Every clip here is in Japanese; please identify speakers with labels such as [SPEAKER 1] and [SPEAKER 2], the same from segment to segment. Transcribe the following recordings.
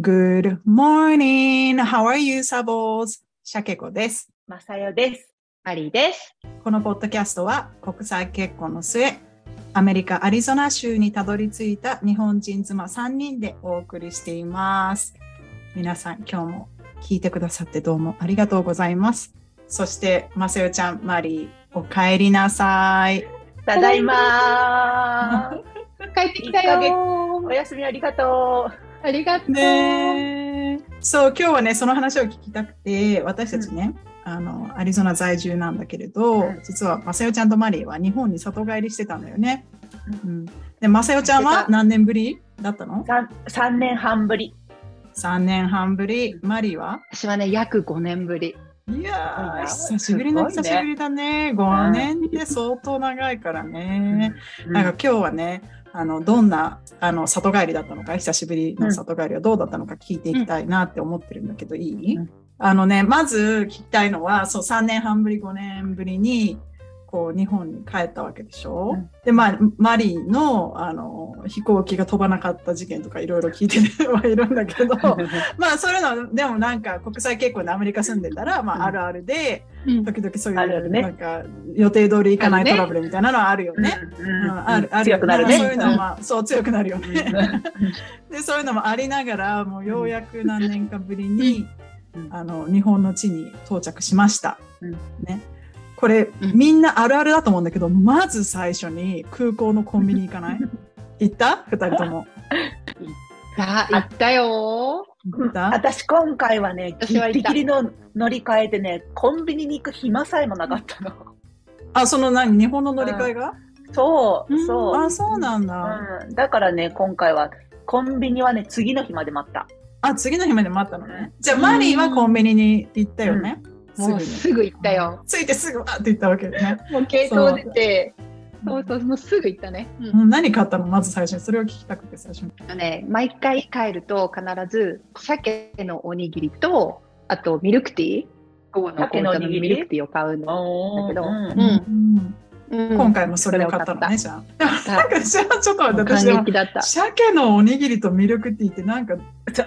[SPEAKER 1] Good morning! How are you, サボーズシャケコです。
[SPEAKER 2] まさよです。ありです。
[SPEAKER 1] このポッドキャストは国際結婚の末、アメリカ・アリゾナ州にたどり着いた日本人妻3人でお送りしています。皆さん、今日も聞いてくださってどうもありがとうございます。そして、まさよちゃん、マリー、お帰りなさい。
[SPEAKER 2] ただいまー。
[SPEAKER 3] 帰ってきたよ
[SPEAKER 2] お休みありがと
[SPEAKER 3] ありがとう。
[SPEAKER 1] ねえそう今日はねその話を聞きたくて私たちね、あのアリゾナ在住なんだけれど、
[SPEAKER 2] うん
[SPEAKER 1] 実はマサヨちゃんとマリーは日本に里帰りしてたんだよね。うん、でマサヨちゃん
[SPEAKER 2] して
[SPEAKER 1] は
[SPEAKER 2] た
[SPEAKER 1] 何年ぶりだった
[SPEAKER 2] う。
[SPEAKER 1] の
[SPEAKER 2] 三三年半ぶり。
[SPEAKER 1] ?3 年半ぶりマリーは
[SPEAKER 3] 私はね、約5年ぶり。
[SPEAKER 1] いやー
[SPEAKER 2] すごいな
[SPEAKER 1] 久しぶりの
[SPEAKER 2] す
[SPEAKER 1] 久
[SPEAKER 2] ごいね
[SPEAKER 1] しぶりだね5年って相当長いからね。なんか今日はねあのどんなあの里帰りだったのか久しぶりの里帰りはどうだったのか聞いていきたいなって思ってるんだけど、いい、
[SPEAKER 2] うん
[SPEAKER 1] あのねまず聞きたいのはそう3年半ぶり5年ぶりにこう日本に帰ったわけでしょ、
[SPEAKER 2] うん
[SPEAKER 1] でまあマリーのあの飛行機が飛ばなかった事件とかいろいろ聞い てはいるんだ けどまあそういうのでもなんか国際結婚でアメリカ住んでたら、まあ、あるあるで
[SPEAKER 3] うん
[SPEAKER 1] 時々そうい
[SPEAKER 2] あるあ
[SPEAKER 1] う
[SPEAKER 2] るね
[SPEAKER 1] なんか予定通り行かないトラブルみたいなのはあるよね。
[SPEAKER 2] うん
[SPEAKER 1] うんあるある
[SPEAKER 2] 強くなる
[SPEAKER 1] まあそういう
[SPEAKER 2] ね。
[SPEAKER 1] のは、そう強くなるよ
[SPEAKER 2] う
[SPEAKER 1] ね。 でそういうのもありながらもうようやく何年かぶりに、
[SPEAKER 2] うん
[SPEAKER 1] あの日本の地に到着しました。
[SPEAKER 2] うん
[SPEAKER 1] ね、これ、
[SPEAKER 3] うん
[SPEAKER 1] みんなあるあるだと思うんだけどまず最初に空港のコンビニ行かない 行った二人とも。
[SPEAKER 3] さあ、行ったよ
[SPEAKER 1] 行った
[SPEAKER 2] 私今回はね、ギ
[SPEAKER 3] 私は行
[SPEAKER 2] リ
[SPEAKER 3] った
[SPEAKER 2] ギリの乗り換えでね、コンビニに行く暇さえもなかったの。
[SPEAKER 1] あその何日本の乗り換えが、
[SPEAKER 2] そう、そう。
[SPEAKER 1] あそうなんだ。
[SPEAKER 2] うんだからね、今回はコンビニはね、次の日まで待った。
[SPEAKER 1] あ次の日まで待ったのね。じゃあマリーはコンビニに行ったよね。
[SPEAKER 3] ー。もう
[SPEAKER 1] す
[SPEAKER 3] すぐ行ったよ。
[SPEAKER 1] ぐに。着いてすぐわーって言ったわけね。
[SPEAKER 3] もう系
[SPEAKER 1] 統
[SPEAKER 3] 統
[SPEAKER 1] 出
[SPEAKER 3] 出て、そうそう、もうすぐ行ったね。うん
[SPEAKER 1] うん何買ったのまず最初にそれを聞きたくて最初に。
[SPEAKER 3] あのね、毎回帰ると必ず、鮭のおにぎりと、あとミルクティー、午後の紅茶のミルクティーを買うの。
[SPEAKER 2] だ
[SPEAKER 3] けど
[SPEAKER 2] うん
[SPEAKER 3] うん
[SPEAKER 1] うん今
[SPEAKER 3] 今
[SPEAKER 1] 回もそれを買ったのね、じゃあ。でも
[SPEAKER 3] 回
[SPEAKER 1] なんか、じゃあちょっと待って、私で
[SPEAKER 3] 感
[SPEAKER 1] も、
[SPEAKER 3] 激だった。
[SPEAKER 1] 鮭のおにぎりとミルクティーってなんか、
[SPEAKER 2] ちょ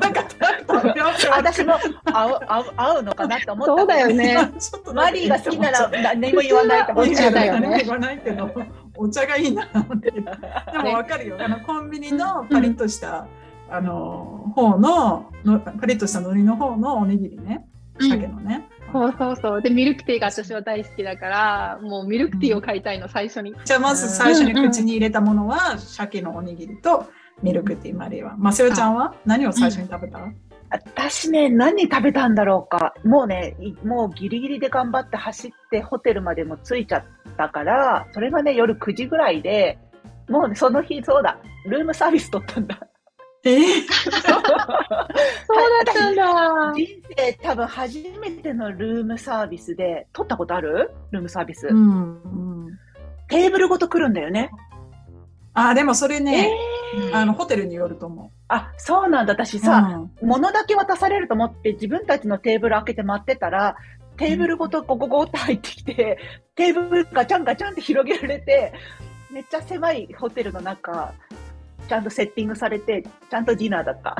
[SPEAKER 1] なんか、食べようって思っ
[SPEAKER 2] 私も合う合う合うのかなって思った
[SPEAKER 3] そうだよね。
[SPEAKER 1] てちょっと
[SPEAKER 2] マ
[SPEAKER 1] なんか
[SPEAKER 2] リーが好きなら何も言わないと思っ
[SPEAKER 1] お
[SPEAKER 2] ち
[SPEAKER 1] 茶
[SPEAKER 2] ゃう
[SPEAKER 3] 普通は
[SPEAKER 1] だ
[SPEAKER 3] お
[SPEAKER 1] よ
[SPEAKER 3] 茶
[SPEAKER 1] ね。
[SPEAKER 3] ね
[SPEAKER 1] 言わないけど、お茶がいいなって。でもわかるよ。あの、コンビニのパリッとした、あの、方のの、パリッとした海苔の方のおにぎりね。
[SPEAKER 3] うん
[SPEAKER 1] 鮭のね。
[SPEAKER 3] そうそうそう。で、ミルクティーが私は大好きだから、もうミルクティーを買いたいの、最初に。
[SPEAKER 1] じゃあまず最初に口に入れたものは、鮭のおにぎりとミルクティーマリーは。マセオちゃんは何を最初に食べた、
[SPEAKER 2] 私ね、何食べたんだろうか。もうね、いもうギリギリで頑張って走ってホテルまでも着いちゃったから、それがね、夜9時ぐらいで、もうね、その日、そうだ、ルームサービス取ったんだ。
[SPEAKER 1] ええ
[SPEAKER 3] そうだったんだ。
[SPEAKER 2] 人生多分初めてのルームサービスで、取ったことあるルームサービス。
[SPEAKER 1] うんうん。
[SPEAKER 2] テーブルごと来るんだよね。
[SPEAKER 1] あ、でもそれね、
[SPEAKER 3] うん
[SPEAKER 1] あの、ホテルによると思
[SPEAKER 2] あ、そうなんだ。私
[SPEAKER 1] う。
[SPEAKER 2] さ、
[SPEAKER 1] うん
[SPEAKER 2] 物だけ渡されると思って自分たちのテーブル開けて待ってたら、テーブルごとゴゴゴって入ってきて、テーブルガチャンガチャンって広げられて、めっちゃ狭いホテルの中、ちゃんとセッティングされて、ちゃんとディナーだった。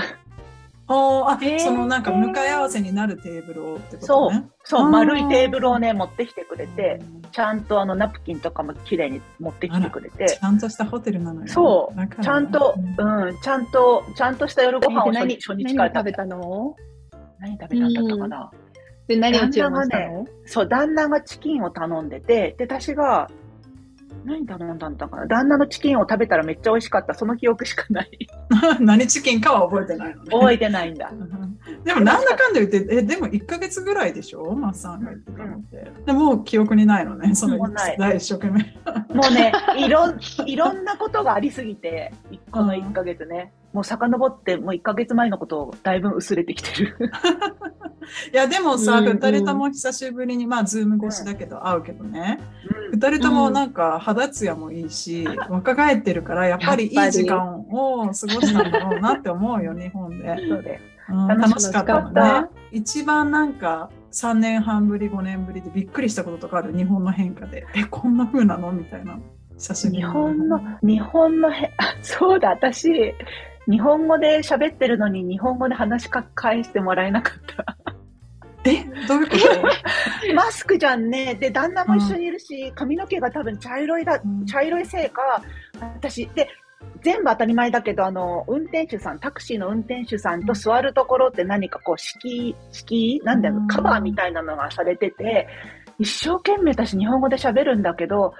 [SPEAKER 1] おーあ、
[SPEAKER 3] えー
[SPEAKER 1] そのなんか向かい合わせになるテーブルをってことね。
[SPEAKER 2] そうう、
[SPEAKER 1] ん
[SPEAKER 2] 丸いテーブルをね、持ってきてくれて、ちゃんとあのナプキンとかも綺麗に持ってきてくれ
[SPEAKER 1] ち
[SPEAKER 2] て、
[SPEAKER 1] ゃんとしたホテルなのよ。
[SPEAKER 2] そう
[SPEAKER 1] だから
[SPEAKER 2] ちゃんと、
[SPEAKER 1] うん
[SPEAKER 2] うん、ちゃんと、ちゃんとした夜ご飯を初
[SPEAKER 3] 何
[SPEAKER 2] 日初日から
[SPEAKER 3] 何を食
[SPEAKER 2] 食べ
[SPEAKER 3] べ
[SPEAKER 2] た。
[SPEAKER 3] たの
[SPEAKER 2] 何食べたんだったかな、
[SPEAKER 3] で何を注文した
[SPEAKER 2] 旦
[SPEAKER 3] の、
[SPEAKER 2] そう、旦那がチキンを頼んでて、で、私が、何頼んだんだかな旦那のチキンを食べたらめっちゃ美味しかった。その記憶しかない。
[SPEAKER 1] 何チキンかは覚えてないのね。
[SPEAKER 2] 覚えてないんだ。
[SPEAKER 1] うん でもなんだかんだ言って、え、でも1ヶ月ぐらいでしょマッサンが言ってたのって。でもう記憶にないのね、その
[SPEAKER 2] もうない
[SPEAKER 1] 第一食目。
[SPEAKER 2] もうね、いろん、いろんなことがありすぎて、この1ヶ月ね。もう遡って、もう1ヶ月前のことをだいぶ薄れてきてる。
[SPEAKER 1] いやでもさ、
[SPEAKER 3] うん
[SPEAKER 1] 二
[SPEAKER 3] うん
[SPEAKER 1] 人とも久しぶりにまあズーム越しだけど会うけどね、
[SPEAKER 2] うん
[SPEAKER 1] 二人ともなんか肌ツヤもいいし、若返ってるからやっぱりい
[SPEAKER 3] やっぱ
[SPEAKER 1] い
[SPEAKER 3] り
[SPEAKER 1] 時間を過ごしたんだろうなって思う よ日本で、
[SPEAKER 2] そうで
[SPEAKER 1] うん楽
[SPEAKER 2] 楽
[SPEAKER 1] し
[SPEAKER 3] し
[SPEAKER 1] か
[SPEAKER 3] か
[SPEAKER 1] っ
[SPEAKER 3] ったた
[SPEAKER 1] のね一番なんか3年半ぶり5年ぶりでびっくりしたこととかある日本の変化でえこんな風なのみたいな写真
[SPEAKER 2] 日本の、日本のへ、あそうだ、私、日本語で喋ってるのに日本語で話しか返してもらえなかった。
[SPEAKER 1] え、ど ういうこと
[SPEAKER 2] マスクじゃんね。で、旦那も一緒にいるし、髪の毛が多分茶色いだ
[SPEAKER 1] うん、
[SPEAKER 2] 茶色いせいか、私、で、全部当たり前だけど、あの、運転手さん、タクシーの運転手さんと座るところって何かこう、敷居、敷居なんだよ
[SPEAKER 1] うん、
[SPEAKER 2] カバーみたいなのがされてて、一生懸命私日本語で喋るんだけど、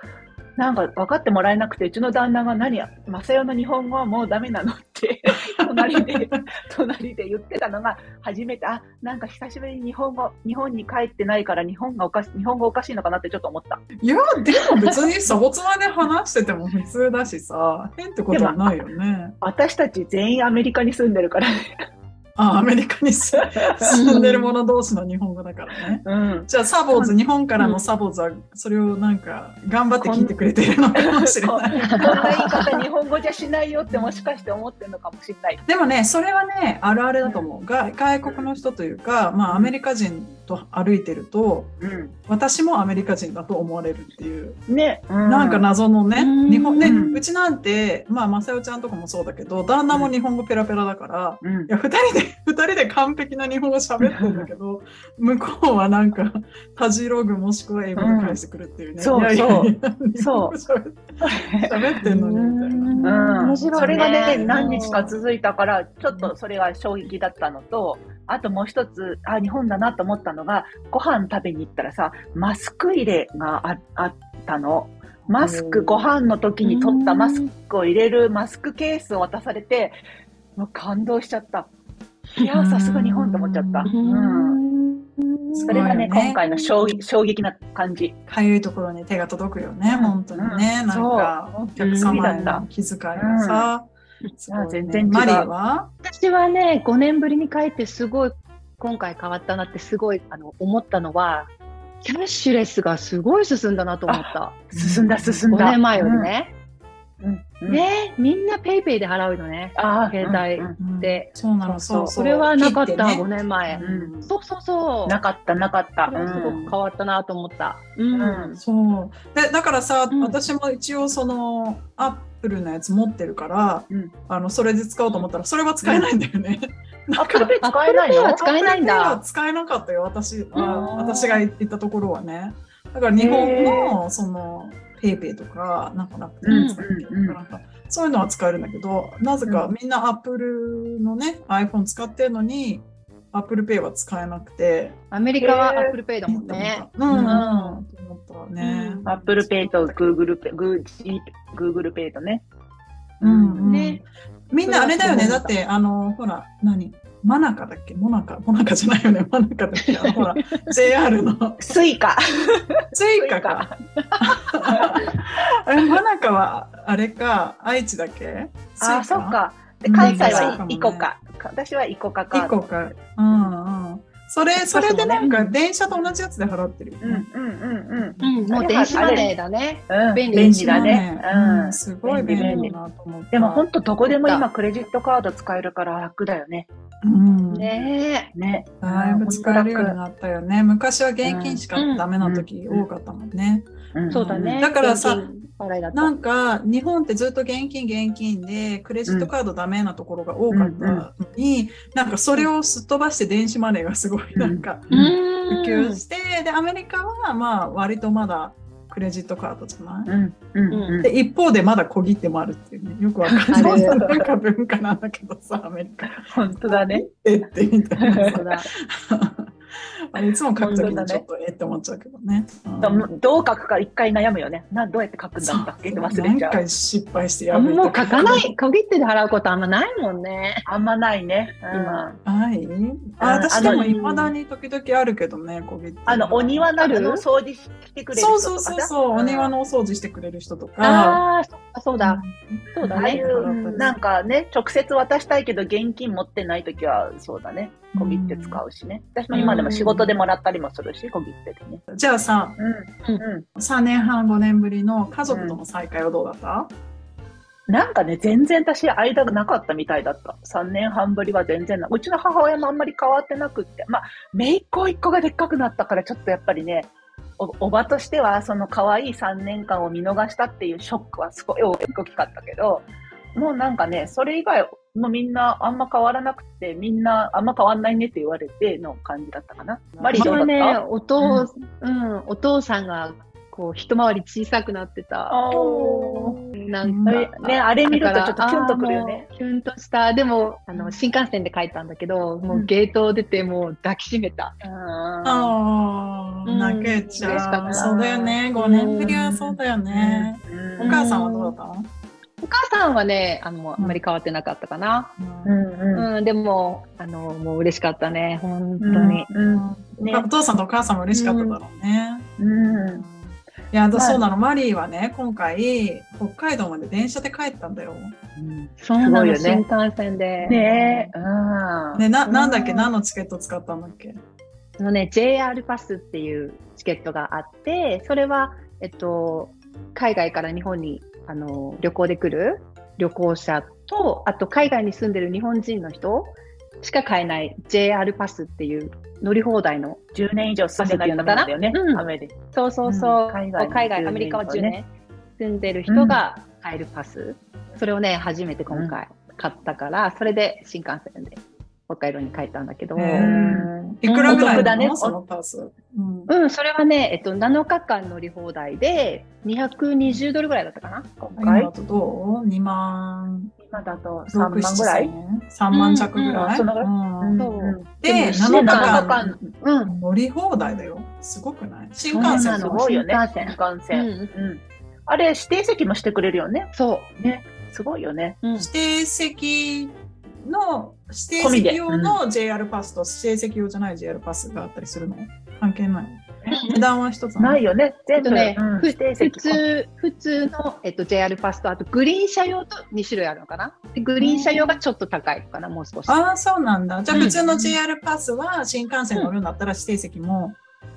[SPEAKER 2] なんか分かってもらえなくて、うちの旦那が何、マサヨの日本語はもうダメなのって、 隣で、隣で言ってたのが、初めて、あ、なんか久しぶりに日本語、日本に帰ってないから日本がおかし、日本語おかしいのかなってちょっと思った。
[SPEAKER 1] いや、でも別にさ、ボツワで話してても普通だしさ、変ってことはないよね。
[SPEAKER 2] 私たち全員アメリカに住んでるからね。
[SPEAKER 1] あ、アメリカに住住んでる者同士の日本語だからね。
[SPEAKER 2] うん。
[SPEAKER 1] じゃあサボーズ、日本からのサボーズは、それをなんか、頑張って聞いてくれてるのか もしれない。
[SPEAKER 2] こんな言い方日本語じゃしないよってもしかして思ってるのかもしれない。
[SPEAKER 1] でもね、それはね、あるあるだと思う。が外国の人というか、まあ、アメリカ人と歩いてると、
[SPEAKER 2] う
[SPEAKER 1] 私もアメリカ人だと思われるっていう、
[SPEAKER 2] ん。ね。
[SPEAKER 1] なんか謎のね、日本、ね、
[SPEAKER 2] うん
[SPEAKER 1] うちなんて、まあ、まさよちゃんとかもそうだけど、旦那も日本語ペラペラだから、
[SPEAKER 2] うん
[SPEAKER 1] い。や、二人で、二人で完璧な日本語喋ってるんだけど、向こうはなんか、タジログもしくは英語で返してくるっていうね。
[SPEAKER 2] うんそう
[SPEAKER 1] いやいや
[SPEAKER 2] そう
[SPEAKER 1] いや
[SPEAKER 2] そう
[SPEAKER 1] 日本語喋っ喋ってんのに、みたいなね。
[SPEAKER 2] うん
[SPEAKER 3] 面白いね
[SPEAKER 2] それがね、何日か続いたから、ちょっとそれが衝撃だったのと、あともう一つ、あ、日本だなと思ったのが、ご飯食べに行ったらさ、マスク入れがああったの。マス
[SPEAKER 3] うん
[SPEAKER 2] ク、ご飯の時に取ったマ
[SPEAKER 3] う
[SPEAKER 2] ス
[SPEAKER 3] ん
[SPEAKER 2] クを入れるマスクケースを渡されて、もう感動しちゃった。いや
[SPEAKER 1] う
[SPEAKER 2] ー、
[SPEAKER 1] ん
[SPEAKER 2] さすが日本と思っちゃった。うん。
[SPEAKER 3] ん
[SPEAKER 2] それがね、
[SPEAKER 1] すごいよね
[SPEAKER 2] 今回の衝撃衝撃な感じ。
[SPEAKER 1] かゆいところに手が届くよね、本当にね。
[SPEAKER 2] うん
[SPEAKER 1] なんか、お客様への気遣いがさ、すごいね
[SPEAKER 2] あ全然違う
[SPEAKER 1] マリーは
[SPEAKER 3] 私はね、5年ぶりに帰って、すごい、今回変わったなって、すごいあの思ったのは、キャッシュレスがすごい進んだなと思った。
[SPEAKER 2] 進んだ、進ん
[SPEAKER 3] 5
[SPEAKER 2] だ。
[SPEAKER 3] 年前よりね。
[SPEAKER 2] うん。うん。
[SPEAKER 3] ね、みんなペイペイで払うのね。
[SPEAKER 2] ああ、
[SPEAKER 3] 携帯
[SPEAKER 2] うんうん
[SPEAKER 3] で
[SPEAKER 1] そうなの、そうそう。
[SPEAKER 3] それはなかった、
[SPEAKER 1] 切て
[SPEAKER 3] 5
[SPEAKER 1] ね
[SPEAKER 3] 年前。
[SPEAKER 1] うん
[SPEAKER 3] そうそうそう。
[SPEAKER 2] なかった、なかった。
[SPEAKER 3] それはすごく変わったなと思った。う。
[SPEAKER 2] うんん。
[SPEAKER 1] そうでだからさ、
[SPEAKER 3] うん
[SPEAKER 1] 私も一応そのアップルのやつ持ってるから、
[SPEAKER 2] うん
[SPEAKER 1] あのそれで使おうと思ったらそれは使えないんだよね。
[SPEAKER 2] アップルペイ使えない
[SPEAKER 3] Apple Pay は
[SPEAKER 2] の
[SPEAKER 3] 使えないんだ
[SPEAKER 1] Apple Pay は使えなかったよ私あ
[SPEAKER 2] うん
[SPEAKER 1] 私が行ったところはね。だから日本のそのペイペイとかなんかなくて、
[SPEAKER 3] うん
[SPEAKER 2] うん
[SPEAKER 1] なんかそういうのは使えるんだけどなぜか
[SPEAKER 2] う
[SPEAKER 1] みんなアップルのね iPhone 使ってるのにアップルペイは使えなくて。
[SPEAKER 3] アメリカは
[SPEAKER 2] へー
[SPEAKER 3] Apple Pay だもんね。
[SPEAKER 1] うんうん、
[SPEAKER 2] うん
[SPEAKER 1] と思ったわね。
[SPEAKER 3] うん
[SPEAKER 2] アップルペイとグーグルペイ、グージー、グーグルペイとね。
[SPEAKER 1] うんうん
[SPEAKER 3] ね
[SPEAKER 1] みんなあれだよね。
[SPEAKER 3] それ
[SPEAKER 1] だ
[SPEAKER 3] は
[SPEAKER 1] っ
[SPEAKER 3] すごい
[SPEAKER 1] て、あの、ほら、何マナカだっけモナカ、モナカじゃないよね。マナカだっけあのほら、JR の
[SPEAKER 2] スイカ。
[SPEAKER 1] スイカか。えマナカは、あれか、愛知だっけ
[SPEAKER 2] ああ、そっ。か。で
[SPEAKER 1] うん
[SPEAKER 2] 関西
[SPEAKER 1] そうかもね
[SPEAKER 2] はイコカ。私はイコカ
[SPEAKER 1] スイカ
[SPEAKER 2] か。
[SPEAKER 1] 一個か。うんうん。それ、それでなん
[SPEAKER 3] う
[SPEAKER 1] か、
[SPEAKER 3] ん
[SPEAKER 1] 電車と同じやつで払ってるよ
[SPEAKER 2] うん、うん
[SPEAKER 1] ね。、
[SPEAKER 2] うん、
[SPEAKER 3] うん、もう電子マネーだね。
[SPEAKER 2] うん。うん、
[SPEAKER 3] 便利
[SPEAKER 2] 便利だね。
[SPEAKER 1] う。
[SPEAKER 2] うんん。
[SPEAKER 1] すごい便利だなと思った。
[SPEAKER 2] でも本当どこでも今クレジットカード使えるから楽だよね。
[SPEAKER 1] うん。
[SPEAKER 3] ね
[SPEAKER 2] ね。
[SPEAKER 1] だいぶ使えるようになったよね。昔は現金しか
[SPEAKER 3] うん
[SPEAKER 1] ダメな時多かったもんね。
[SPEAKER 2] うん
[SPEAKER 3] そうだね。
[SPEAKER 1] だからさ
[SPEAKER 3] 現金払いだった
[SPEAKER 1] なんか日本ってずっと現金現金でクレジットカードダメなところが多かったのに、なんかそれをすっ飛ばして電子マネーがすごいなんか
[SPEAKER 3] う
[SPEAKER 2] うん。
[SPEAKER 1] 普
[SPEAKER 3] ー
[SPEAKER 1] 及
[SPEAKER 3] ん
[SPEAKER 1] して、でアメリカはまあ割とまだクレジットカードじゃない、
[SPEAKER 2] うん。うん。うん
[SPEAKER 1] で一方でまだ小切手もあるっていうねよくわかんな
[SPEAKER 3] あ
[SPEAKER 1] い
[SPEAKER 3] る
[SPEAKER 1] なんか文化なんだけどさアメリカ
[SPEAKER 2] 本当だね。
[SPEAKER 1] えってみたいな
[SPEAKER 3] そ
[SPEAKER 1] さ
[SPEAKER 3] うだ
[SPEAKER 1] あれいつも書くとき
[SPEAKER 2] 本当だ
[SPEAKER 1] に
[SPEAKER 2] ね
[SPEAKER 1] ちょっとえって思っちゃうけどね。うん
[SPEAKER 2] どう書くか一回悩むよね。などうやって書くんだったっけって忘れ
[SPEAKER 1] 何
[SPEAKER 2] ちゃう。
[SPEAKER 1] 回失敗して
[SPEAKER 3] あ
[SPEAKER 1] や
[SPEAKER 3] んま
[SPEAKER 1] め
[SPEAKER 3] もう書かない、小切手で払うことあんまないもんね。
[SPEAKER 2] あんまないね。今。
[SPEAKER 3] 今。
[SPEAKER 1] はい。あ、
[SPEAKER 2] あの
[SPEAKER 1] 私でもいまだに時々あるけどね、小切手
[SPEAKER 2] あの、お庭の
[SPEAKER 3] ある
[SPEAKER 2] の掃除してくれる人
[SPEAKER 1] そうそ
[SPEAKER 2] とか
[SPEAKER 1] うそう
[SPEAKER 2] さ
[SPEAKER 1] そう、お庭
[SPEAKER 2] の。
[SPEAKER 1] のお掃除してくれる人とか。
[SPEAKER 3] ああ、そっか、そうだ。そうだ
[SPEAKER 2] ああい
[SPEAKER 3] ね。
[SPEAKER 2] う、なんかね、直接渡したいけど現金持ってないときは、そうだね。小切手使うしね。私も今でも仕事でもらったりもするし、小切手でね。
[SPEAKER 1] じゃあさ、
[SPEAKER 2] うん。う
[SPEAKER 1] 3年半、5年ぶりの家族との再会はどうだった、
[SPEAKER 2] ん。なんかね、全然私、間がなかったみたいだった。3年半ぶりは全然な。うちの母親もあんまり変わってなくって。まあ、姪っ子一個がでっかくなったから、ちょっとやっぱりね、おおばとしては、その可愛い3年間を見逃したっていうショックはすごい大きかったけど、もうなんかね、それ以外、もうみんなあんま変わらなくて、みんなあんま変わんないねって言われての感じだったかな。マリー
[SPEAKER 3] そ
[SPEAKER 2] どうだ
[SPEAKER 3] れ
[SPEAKER 2] った、
[SPEAKER 3] ね、お父、うん、お父さんが、こう、一回り小さくなってた。
[SPEAKER 2] あー
[SPEAKER 3] なん
[SPEAKER 2] あれ
[SPEAKER 3] か、
[SPEAKER 2] ね、あれ見るとちょっとキュンとくるよね。
[SPEAKER 3] あーもうキュンとした。でも、あの、新幹線で帰ったんだけど、もうゲートを出て、もう抱きしめた。
[SPEAKER 2] あ
[SPEAKER 1] ああ、
[SPEAKER 3] うん
[SPEAKER 1] 泣けち
[SPEAKER 3] 嬉しか
[SPEAKER 1] ゃ
[SPEAKER 3] っ
[SPEAKER 1] う。
[SPEAKER 3] た
[SPEAKER 1] そうだよね。5年ぶりはそうだよね。
[SPEAKER 2] ー
[SPEAKER 1] お母さんはどうだったの
[SPEAKER 3] お母さんはね、あの、あんまり変わってなかったかな。
[SPEAKER 2] う
[SPEAKER 1] うん
[SPEAKER 2] んうん
[SPEAKER 3] うん、でも、あの、もう嬉しかったね。本当に。
[SPEAKER 2] うんうんね
[SPEAKER 1] お父さんとお母さんも嬉しかっただろうね。
[SPEAKER 2] うん
[SPEAKER 1] いや、だ
[SPEAKER 2] まあ
[SPEAKER 1] そうなの。マリーはね、今回、北海道まで電車で帰ったんだよ。
[SPEAKER 3] そうなの、
[SPEAKER 2] すごいよ
[SPEAKER 3] 新
[SPEAKER 2] ね
[SPEAKER 3] 幹線で。
[SPEAKER 2] ねえ、うん
[SPEAKER 1] ね、な、なんだっけ
[SPEAKER 3] うん
[SPEAKER 1] 何のチケット使ったんだっけ
[SPEAKER 3] あのね、JR パスっていうチケットがあって、それは、えっと、海外から日本にあの旅行で来る旅行者と、あと海外に住んでる日本人の人しか買えない JR パスっていう乗り放題の、
[SPEAKER 2] 10年以上住んでない方なんだよね、
[SPEAKER 3] うん
[SPEAKER 2] アメリカ。
[SPEAKER 3] そうそうそう、
[SPEAKER 2] うん海
[SPEAKER 3] 海
[SPEAKER 2] 外
[SPEAKER 3] 外、
[SPEAKER 2] に
[SPEAKER 3] アメリカは
[SPEAKER 2] 10
[SPEAKER 3] 10
[SPEAKER 2] 年
[SPEAKER 3] 年住んでる人が買えるパス、それをね、初めて今回買ったから、それで新幹線で北海道に帰ったんだけど。
[SPEAKER 1] へえ
[SPEAKER 2] うん
[SPEAKER 1] いくらぐらい
[SPEAKER 2] お得だ
[SPEAKER 1] な
[SPEAKER 2] ね
[SPEAKER 1] のそのパス。うん。
[SPEAKER 3] うん、それはね、えっと、7日間乗り放題で、220ドルぐらいだったかな。
[SPEAKER 2] 今
[SPEAKER 1] 今
[SPEAKER 2] 回
[SPEAKER 1] だ、とどう ?2 万
[SPEAKER 2] 今だと3
[SPEAKER 1] 6、
[SPEAKER 2] 万ぐらい
[SPEAKER 1] ?3 万弱ぐ
[SPEAKER 2] うんうん
[SPEAKER 1] らい
[SPEAKER 2] そのぐらい
[SPEAKER 1] うん
[SPEAKER 3] そう
[SPEAKER 1] で、
[SPEAKER 3] でも
[SPEAKER 1] 7日
[SPEAKER 2] 7日
[SPEAKER 1] 間
[SPEAKER 2] 間
[SPEAKER 3] うん。
[SPEAKER 1] 乗り放題だよ。すごくない新幹線
[SPEAKER 2] す
[SPEAKER 1] と
[SPEAKER 3] そうなの
[SPEAKER 1] か
[SPEAKER 2] ごいよね、新
[SPEAKER 3] 新幹
[SPEAKER 2] 幹
[SPEAKER 3] う
[SPEAKER 2] 線。
[SPEAKER 3] ん、
[SPEAKER 2] うんあれ、指定席もしてくれるよね。
[SPEAKER 3] そ
[SPEAKER 2] すごいよね。
[SPEAKER 3] う。うん
[SPEAKER 1] 指定席の、指定
[SPEAKER 2] 込みで
[SPEAKER 1] 席用の JR パスと指定席用じゃない JR パスがあったりするの関係ない。値段は一つの
[SPEAKER 2] ないよね、
[SPEAKER 3] え
[SPEAKER 2] 全
[SPEAKER 3] っ
[SPEAKER 2] 部。
[SPEAKER 3] とね、
[SPEAKER 2] うん
[SPEAKER 3] ふ
[SPEAKER 2] 指定
[SPEAKER 3] 普
[SPEAKER 2] 席。
[SPEAKER 3] 通、普通の、えっと、JR パスと、あとグリーン車用と2種類あるのかな。でグリーン車用がちょっと高いかな、もう少し。
[SPEAKER 1] ああ、そうなんだ。じゃあ
[SPEAKER 3] うん
[SPEAKER 1] 普通の JR パスは新幹線乗るんだったら指定席も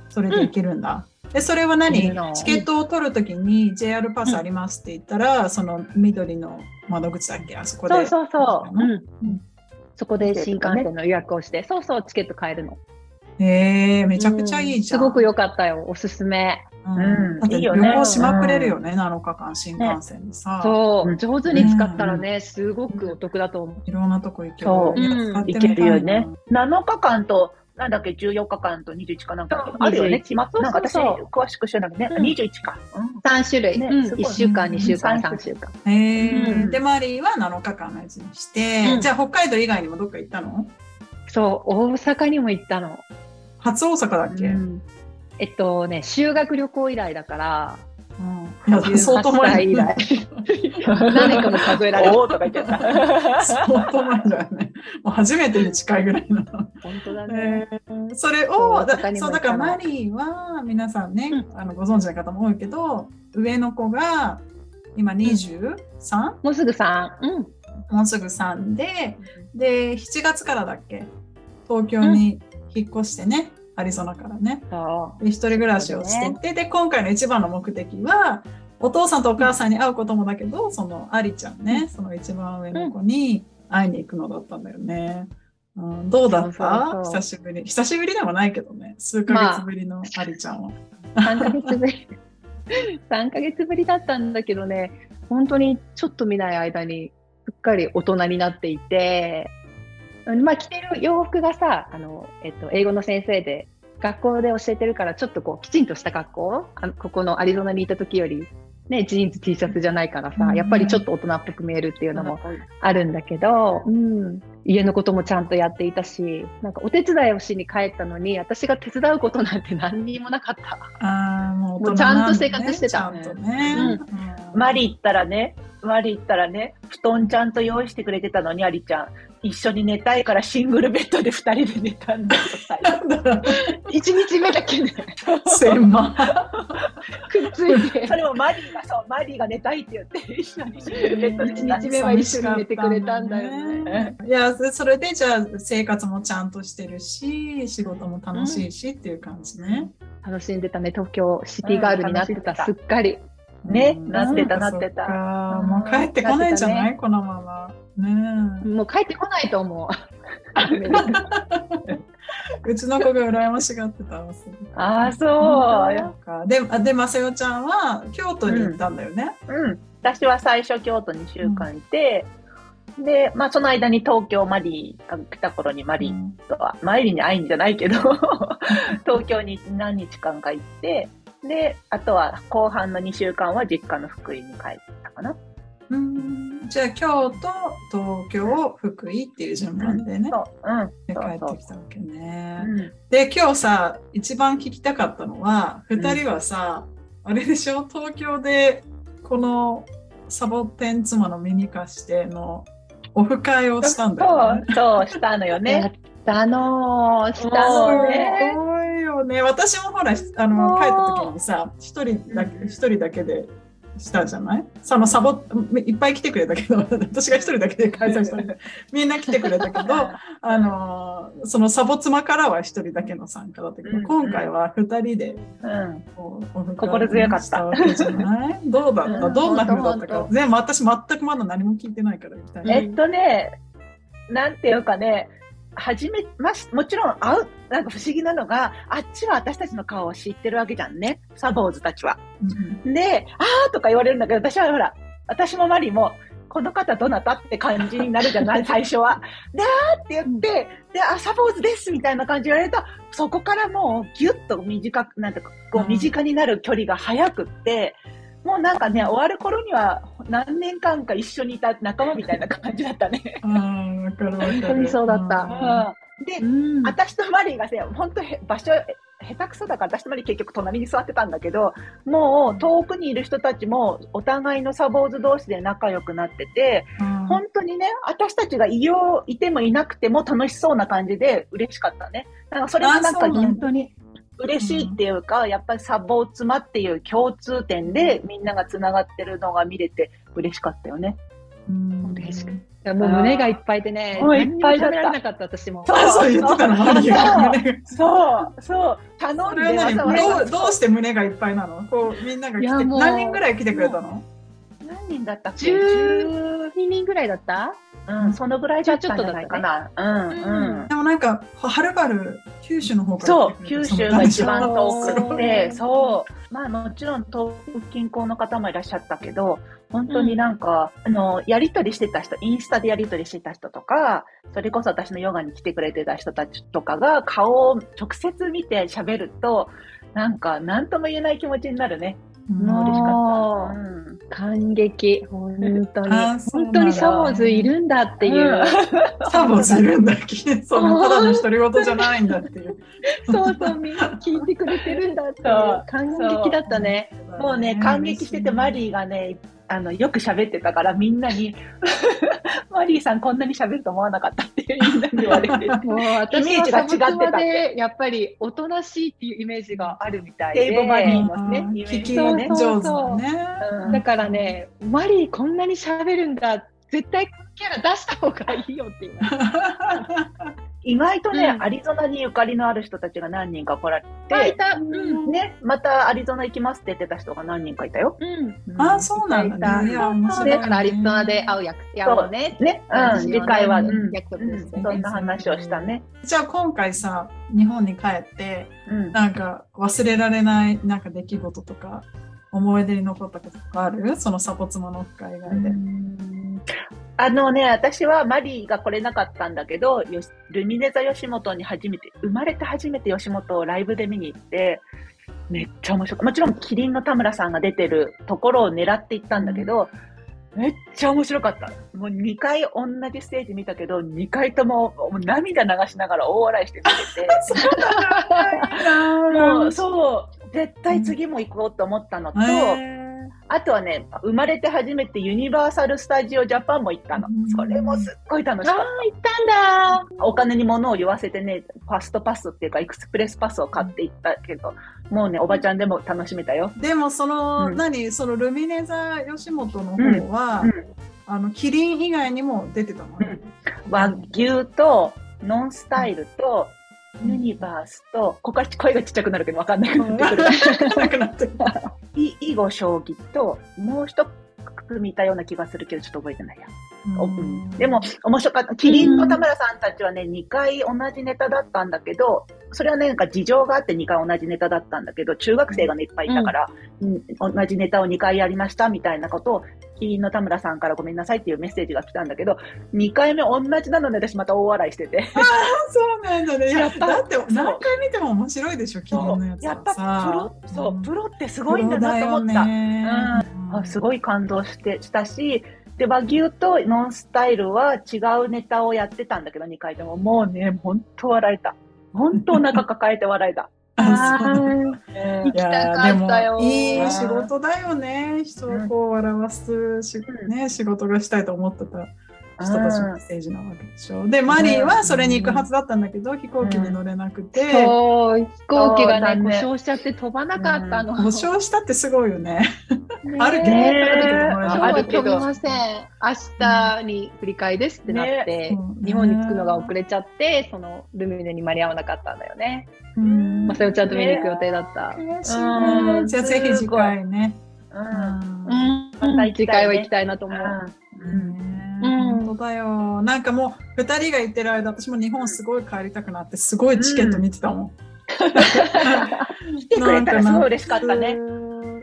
[SPEAKER 1] それで行けるんだ。で、それは何
[SPEAKER 3] いいな
[SPEAKER 1] チケットを取るときに JR パスありますって言ったら、その緑の窓口だっけあそこで。
[SPEAKER 3] そうそうそう。うん。
[SPEAKER 1] うん
[SPEAKER 3] そこで新幹線の予約をして、そうそう、チケット買えるの。
[SPEAKER 1] へえ、めちゃくちゃいいじゃん。
[SPEAKER 3] すごく良かったよ、おすすめ。
[SPEAKER 1] うん
[SPEAKER 2] うん
[SPEAKER 1] だって旅
[SPEAKER 2] いいよね
[SPEAKER 1] 行しまくれるよね、7日間新幹線でさ。
[SPEAKER 3] そう、
[SPEAKER 2] うん
[SPEAKER 3] 上手に使ったらね、すごくお得だと思う。
[SPEAKER 1] いろんなとこ行ける。
[SPEAKER 2] そう
[SPEAKER 1] いや使ってみ
[SPEAKER 2] 行
[SPEAKER 1] たい
[SPEAKER 2] けるよね。7日間と、なんだっけ、14日間と21かなんか
[SPEAKER 3] そう
[SPEAKER 2] あるよね、
[SPEAKER 3] 21
[SPEAKER 2] 決まった。
[SPEAKER 3] そう
[SPEAKER 2] な
[SPEAKER 3] そ
[SPEAKER 2] ん
[SPEAKER 3] う
[SPEAKER 2] か
[SPEAKER 3] そう
[SPEAKER 2] 私、詳しく知らなくてね、
[SPEAKER 3] うん
[SPEAKER 2] 21か。うん
[SPEAKER 3] 3種類、
[SPEAKER 2] ね
[SPEAKER 3] うん、
[SPEAKER 2] すごい
[SPEAKER 3] 1週間、
[SPEAKER 1] うん
[SPEAKER 3] 2週間、
[SPEAKER 2] 三
[SPEAKER 3] 3週間。
[SPEAKER 1] へえ、
[SPEAKER 3] うん
[SPEAKER 1] で、マリーは7日間のやつにして、
[SPEAKER 3] うん
[SPEAKER 1] じゃあ北海道以外にもどっか行ったの
[SPEAKER 3] そう、大阪にも行ったの。
[SPEAKER 1] 初大阪だっけ、うん
[SPEAKER 3] えっとね、修学旅行以来だから、
[SPEAKER 1] いや相当前だよね
[SPEAKER 3] 18歳何年かも数えられる。
[SPEAKER 2] おーとか言っち ゃった。
[SPEAKER 1] 相当前だよね。もう初めてに近いぐらいの。
[SPEAKER 3] 本当だね。
[SPEAKER 1] えーそれを
[SPEAKER 3] そう
[SPEAKER 1] だ
[SPEAKER 3] 他にも
[SPEAKER 1] そう
[SPEAKER 3] い
[SPEAKER 1] だ
[SPEAKER 3] た
[SPEAKER 1] から
[SPEAKER 3] の
[SPEAKER 1] マリーは皆さんね、
[SPEAKER 3] う
[SPEAKER 1] あのご存知の方も多いけど上の子が今 23?、
[SPEAKER 3] もうすぐ3。うん。
[SPEAKER 1] もうすぐ3でで7月からだっけ東京に引っ越してね、アリゾナからね
[SPEAKER 3] そ
[SPEAKER 1] で一人暮らしをしてて、で今回の一番の目的はお父さんとお母さんに会うこともだけど、そのアリちゃんねその一番上の子に会いに行くのだったんだよね。うん、どうだ
[SPEAKER 3] そう
[SPEAKER 1] った
[SPEAKER 3] そうそう
[SPEAKER 1] 久しぶり久しぶりでもないけどね数ヶ月ぶりのアリちゃんは。
[SPEAKER 3] う。3ヶ月ぶり。3ヶ月ぶりだったんだけどね、本当にちょっと見ない間に、すっかり大人になっていて、まあ着てる洋服がさ、あの、えっと、英語の先生で、学校で教えてるから、ちょっとこう、きちんとした格好あのここのアリゾナにいた時より、ね、ジーンズ T シャツじゃないからさ、やっぱりちょっと大人っぽく見えるっていうのもあるんだけど、うん、家のこともちゃんとやっていたしなんかお手伝いをしに帰ったのに私が手伝うことなんて何にもなかった
[SPEAKER 1] あーもう
[SPEAKER 3] もうちゃんと生活してた
[SPEAKER 1] ね。ちゃんとね。うん
[SPEAKER 2] マリ行ったらね、マリ行ったらね、布団ちゃんと用意してくれてたのに、アリちゃん。一緒に寝たいからシングルベッドで二人で寝たんだよ最 後
[SPEAKER 3] 一日目だけ ね
[SPEAKER 1] 狭
[SPEAKER 3] くっつい て
[SPEAKER 2] それもマリーがそう、マリーが寝たいって言って、一緒にシングルベッドで寝た
[SPEAKER 3] 一日目は一緒に寝てくれたんだよね
[SPEAKER 1] ね。 いや、そそれでじゃあ生活もちゃんとしてるし、仕事も楽しいしっていう感じね。
[SPEAKER 3] 楽しんでたね東京シティガールになってた、
[SPEAKER 2] うん楽し
[SPEAKER 3] す
[SPEAKER 2] ん
[SPEAKER 3] っかり
[SPEAKER 2] ね
[SPEAKER 1] うん
[SPEAKER 2] なってたなってた
[SPEAKER 1] そっかもう帰ってこないんじゃないこのまま。ね
[SPEAKER 3] もう帰ってこないと 思う
[SPEAKER 1] えうちの子が羨ましがってたわ。すごく
[SPEAKER 2] ああ、そ。
[SPEAKER 1] そうっかで、あで、まさよちゃんは京都に行ったんだよね。
[SPEAKER 2] うん。私は最初京都2週間いて、で、まあ、その間に東京マリーが来た頃にマリーとは、マイリーに会いにじゃないけど、東京に何日間か行って、で、あとは後半の2週間は実家の福井に帰ったかな。
[SPEAKER 1] うんじゃあ京都東京福井っていう順番でね、
[SPEAKER 2] そう、うん。
[SPEAKER 1] で
[SPEAKER 2] そう
[SPEAKER 1] 帰
[SPEAKER 2] そ
[SPEAKER 1] っ
[SPEAKER 2] う
[SPEAKER 1] てきたわけね。
[SPEAKER 2] うん
[SPEAKER 1] で今日さ一番聞きたかったのは2人はさ、あれでしょ東京でこのサボテン妻のミニカしてのオフ会をしたんだよ、ね。
[SPEAKER 2] そう、そう、したのよ
[SPEAKER 3] や
[SPEAKER 2] ね
[SPEAKER 3] っ。たのー、した
[SPEAKER 2] そ
[SPEAKER 3] の
[SPEAKER 2] う
[SPEAKER 3] ね。
[SPEAKER 1] すごいよね。私もほら、あの
[SPEAKER 3] そう
[SPEAKER 1] 帰った時にさ、一人だけ、
[SPEAKER 2] うん
[SPEAKER 1] 一人だけでしたじゃないそのサボ、いっぱい来てくれたけど、 私が一人だけで開催したんだけどみんな来てくれたけ ど、あのーそのサボ妻からは一人だけの参加だったけど、
[SPEAKER 2] うん
[SPEAKER 1] 今回は二人で
[SPEAKER 2] うん。
[SPEAKER 1] こうオフ会
[SPEAKER 2] 心強かった
[SPEAKER 1] したわけじゃないどうだった、
[SPEAKER 2] うん
[SPEAKER 1] どんな風だった
[SPEAKER 3] ほんと
[SPEAKER 1] か
[SPEAKER 3] ほ。
[SPEAKER 1] 全部私全くまだ何も聞いてないからみたいな。
[SPEAKER 2] えっとね、なんていうかね、初めまし、もちろん会う、なんか不思議なのが、あっちは私たちの顔を知ってるわけじゃんね。サボーズたちは。
[SPEAKER 1] うん
[SPEAKER 2] で、あーとか言われるんだけど、私はほら、私もマリも、この方どなたって感じになるじゃない、最初は。で、あーって言って、で、あ、サボーズですみたいな感じで言われると、そこからもうギュッと短く、なんていうか、こ
[SPEAKER 1] う
[SPEAKER 2] う、
[SPEAKER 1] ん
[SPEAKER 2] 身近になる距離が早くって、もうなんかね、終わる頃には何年間か一緒にいた仲間みたいな感じだったね。
[SPEAKER 1] あーわかるわかる。
[SPEAKER 3] 本当にそうだった
[SPEAKER 2] うんで、
[SPEAKER 3] うん
[SPEAKER 2] 私とマリーがね、本当へ場所、へ下手くそだから、私とマリー結局隣に座ってたんだけど、もう遠くにいる人たちもお互いのサボーズ同士で仲良くなってて、
[SPEAKER 1] うん
[SPEAKER 2] 本当にね、私たちがいよう、いてもいなくても楽しそうな感じで嬉しかったね。なんかそれがなん
[SPEAKER 1] あそ
[SPEAKER 2] か
[SPEAKER 1] うなん
[SPEAKER 3] 本当に。
[SPEAKER 2] 嬉しいっていうか、やっぱりサボー妻っていう共通点でみんながつながってるのが見れて嬉しかったよね。
[SPEAKER 1] うん
[SPEAKER 3] 嬉しくもう胸がいっぱいでね、
[SPEAKER 2] もういっぱいだ
[SPEAKER 3] 何にも喋
[SPEAKER 2] った
[SPEAKER 3] られなかった、私も。
[SPEAKER 1] あ、そう言ってたの。マリーが胸が
[SPEAKER 2] そう、そう、頼ん
[SPEAKER 1] そ
[SPEAKER 2] で
[SPEAKER 1] れは
[SPEAKER 2] わざわざ
[SPEAKER 1] 何どうどうして胸がいっぱいなのこうみんなが
[SPEAKER 3] い
[SPEAKER 1] 来
[SPEAKER 3] や
[SPEAKER 1] て
[SPEAKER 3] もう
[SPEAKER 1] 何人ぐらい来てくれたの
[SPEAKER 2] 何人だったっけ
[SPEAKER 3] 12人ぐらいだった
[SPEAKER 2] うん、そのぐらいだったんじゃないかな。うん、うん。
[SPEAKER 1] でもなんかははるばる九州の方から
[SPEAKER 2] そう、
[SPEAKER 1] 来てく
[SPEAKER 2] 九
[SPEAKER 1] れた
[SPEAKER 2] 州が一番
[SPEAKER 1] そ
[SPEAKER 2] 遠
[SPEAKER 1] う
[SPEAKER 2] くて、そう、まあもちろん東北近郊の方もいらっしゃったけど、本当になんか、あの、やりとりしてた人、インスタでやりとりしてた人とか、それこそ私のヨガに来てくれてた人たちとかが顔を直接見て喋ると、なんか何とも言えない気持ちになるね。
[SPEAKER 1] うん
[SPEAKER 2] 嬉しか
[SPEAKER 3] も
[SPEAKER 2] った。
[SPEAKER 3] う
[SPEAKER 2] うん。
[SPEAKER 3] 感激。本当に
[SPEAKER 1] あ。そうな
[SPEAKER 3] 本
[SPEAKER 1] んだ
[SPEAKER 3] 当にサモーズいるんだっていう。
[SPEAKER 1] サボするんだっけそのただの独り言じゃないんだっていう
[SPEAKER 3] そうそう、みんな聞いてくれてるんだっていう
[SPEAKER 2] そう。
[SPEAKER 3] 感激だったね。
[SPEAKER 2] もうね、感激してて、マリーがね、あの、よく喋ってたから、みんなに、 マリーさんこんなに喋ると思わなかったってみんなに言われて、
[SPEAKER 3] もう私は
[SPEAKER 2] イメ
[SPEAKER 3] サ
[SPEAKER 2] ー
[SPEAKER 3] モ
[SPEAKER 2] ジが違ってた
[SPEAKER 3] ーズで、やっぱりおとなしいっていうイメージがあるみたい
[SPEAKER 2] テーブルマリ
[SPEAKER 1] う
[SPEAKER 2] ー
[SPEAKER 1] ん
[SPEAKER 3] で。
[SPEAKER 2] もね、イメ
[SPEAKER 1] 聞き
[SPEAKER 2] ージ
[SPEAKER 1] が
[SPEAKER 2] が
[SPEAKER 1] ね
[SPEAKER 2] ね。
[SPEAKER 1] 上手だね
[SPEAKER 2] うん
[SPEAKER 3] だからね、マリーこんなに喋るんだ。絶対キャラ出した方がいいよっていう。
[SPEAKER 2] 意外とね、
[SPEAKER 3] うん
[SPEAKER 2] アリゾナにゆかりのある人たちが何人か来られ
[SPEAKER 3] あい
[SPEAKER 2] て、
[SPEAKER 3] た。うん。
[SPEAKER 2] ね、またアリゾナ行きますって言ってた人が何人かいたよ。
[SPEAKER 3] うん。
[SPEAKER 1] あそうなんだねいや面白いね
[SPEAKER 3] だからアリゾナで会う約束をね。
[SPEAKER 2] ね、うん、次回は、うん、うん
[SPEAKER 3] 約束ですね
[SPEAKER 2] そんな話をしたね。
[SPEAKER 1] じゃあ今回さ日本に帰って
[SPEAKER 2] うん。
[SPEAKER 1] なんか忘れられないなんか出来事とか思い出に残ったこととかあるそのサポツマのオフ会以外 で。
[SPEAKER 2] あのね、私はマリーが来れなかったんだけど、よしルミネ座吉本に初めて、生まれて初めて吉本をライブで見に行って、めっちゃ面白かった。もちろん、キリンの田村さんが出てるところを狙って行ったんだけど、めっちゃ面白かった。もう2回同じステージ見たけど、2回とももう涙流しながら大笑いして見て て。もうそう、絶対次も行こうと思ったのと、
[SPEAKER 1] へ
[SPEAKER 2] あとはね、生まれて初めてユニバーサル・スタジオ・ジャパンも行ったの
[SPEAKER 1] うん。
[SPEAKER 2] それもすっごい楽しかっ
[SPEAKER 3] 行ったんだ。
[SPEAKER 2] た。お金に物を言わせてね、ファストパスっていうか、エクスプレスパスを買って行ったけど、もうね、おばちゃんでも楽しめたよ。
[SPEAKER 1] ーでもその、
[SPEAKER 2] うん
[SPEAKER 1] 何そのルミネ座吉本の方は、
[SPEAKER 2] うんうん
[SPEAKER 1] あのキリン以外にも出てたのね、
[SPEAKER 2] 和牛と、ノンスタイルと、ユニバースと、ここは声がちっちゃくなるけど分かんなくなってくる。
[SPEAKER 1] なくなってた
[SPEAKER 2] い囲碁将棋と、もう一組いたような気がするけど、ちょっと覚えてないや。うんでも、面白かった。キリンの田村さんたちはね、2回同じネタだったんだけど、それはねなんか事情があって2回同じネタだったんだけど、中学生がね、いっぱいいたから、うん同じネタを2回やりましたみたいなことをキリンの田村さんからごめんなさいっていうメッセージが来たんだけど、2回目同じなので私また大笑いしてて。
[SPEAKER 1] そうなんだね。いや
[SPEAKER 2] やっぱ
[SPEAKER 1] だって
[SPEAKER 2] そう
[SPEAKER 1] 何回見ても面白いでしょ、昨日のやつ
[SPEAKER 2] や
[SPEAKER 1] は
[SPEAKER 2] っぱプロ、
[SPEAKER 1] さ
[SPEAKER 2] そう、プロってすごいんだ
[SPEAKER 1] プロ
[SPEAKER 2] なと思った。
[SPEAKER 1] よね
[SPEAKER 2] あすごい感動してしたし、で、和牛とノンスタイルは違うネタをやってたんだけど、2回とも。もうね、本当笑えた。本当お腹抱えて笑えた。
[SPEAKER 1] あそうなんだ
[SPEAKER 2] うん
[SPEAKER 3] 行きたかったよ
[SPEAKER 1] いやでもいい仕事だよね。人をこう笑わすし、
[SPEAKER 2] う
[SPEAKER 1] ね、仕事がしたいと思ってた人たちのメッセージなわけでしょ。で、マリーはそれに行くはずだったんだけど、飛行機に乗れなくて、
[SPEAKER 3] そう、飛行機が
[SPEAKER 2] そ
[SPEAKER 3] ね、
[SPEAKER 2] うだ
[SPEAKER 3] 故
[SPEAKER 2] ね
[SPEAKER 3] 障しちゃって飛ばなかったの。
[SPEAKER 1] 故障したってすごいよね。
[SPEAKER 3] ね
[SPEAKER 1] あるけど、
[SPEAKER 2] ね
[SPEAKER 3] 今日
[SPEAKER 1] あ
[SPEAKER 3] は
[SPEAKER 1] る
[SPEAKER 2] る
[SPEAKER 1] け
[SPEAKER 2] け
[SPEAKER 3] 飛
[SPEAKER 1] ど
[SPEAKER 2] ど
[SPEAKER 3] びません。明日に振り替えですってなって、
[SPEAKER 1] ねそう
[SPEAKER 3] 日本に着くのが遅れちゃって、そのルミネに間に合わなかったんだよね。
[SPEAKER 1] うん
[SPEAKER 3] まあ、それをちゃんと見に行く予定だった。
[SPEAKER 1] 悔しいな
[SPEAKER 2] うん
[SPEAKER 1] じゃあぜひ次回ね。
[SPEAKER 2] うん
[SPEAKER 3] う
[SPEAKER 1] うん
[SPEAKER 3] ん、
[SPEAKER 2] また行き
[SPEAKER 3] 次
[SPEAKER 2] た
[SPEAKER 3] 回
[SPEAKER 2] いね
[SPEAKER 3] は行きたいなと思う。
[SPEAKER 2] うん
[SPEAKER 1] ね
[SPEAKER 3] うん
[SPEAKER 1] 本当だよ。なんかもう、二人が行ってる間、私も日本すごい帰りたくなって、すごいチケット見てたも ん。
[SPEAKER 2] 来てくれたらすごい嬉しかったね。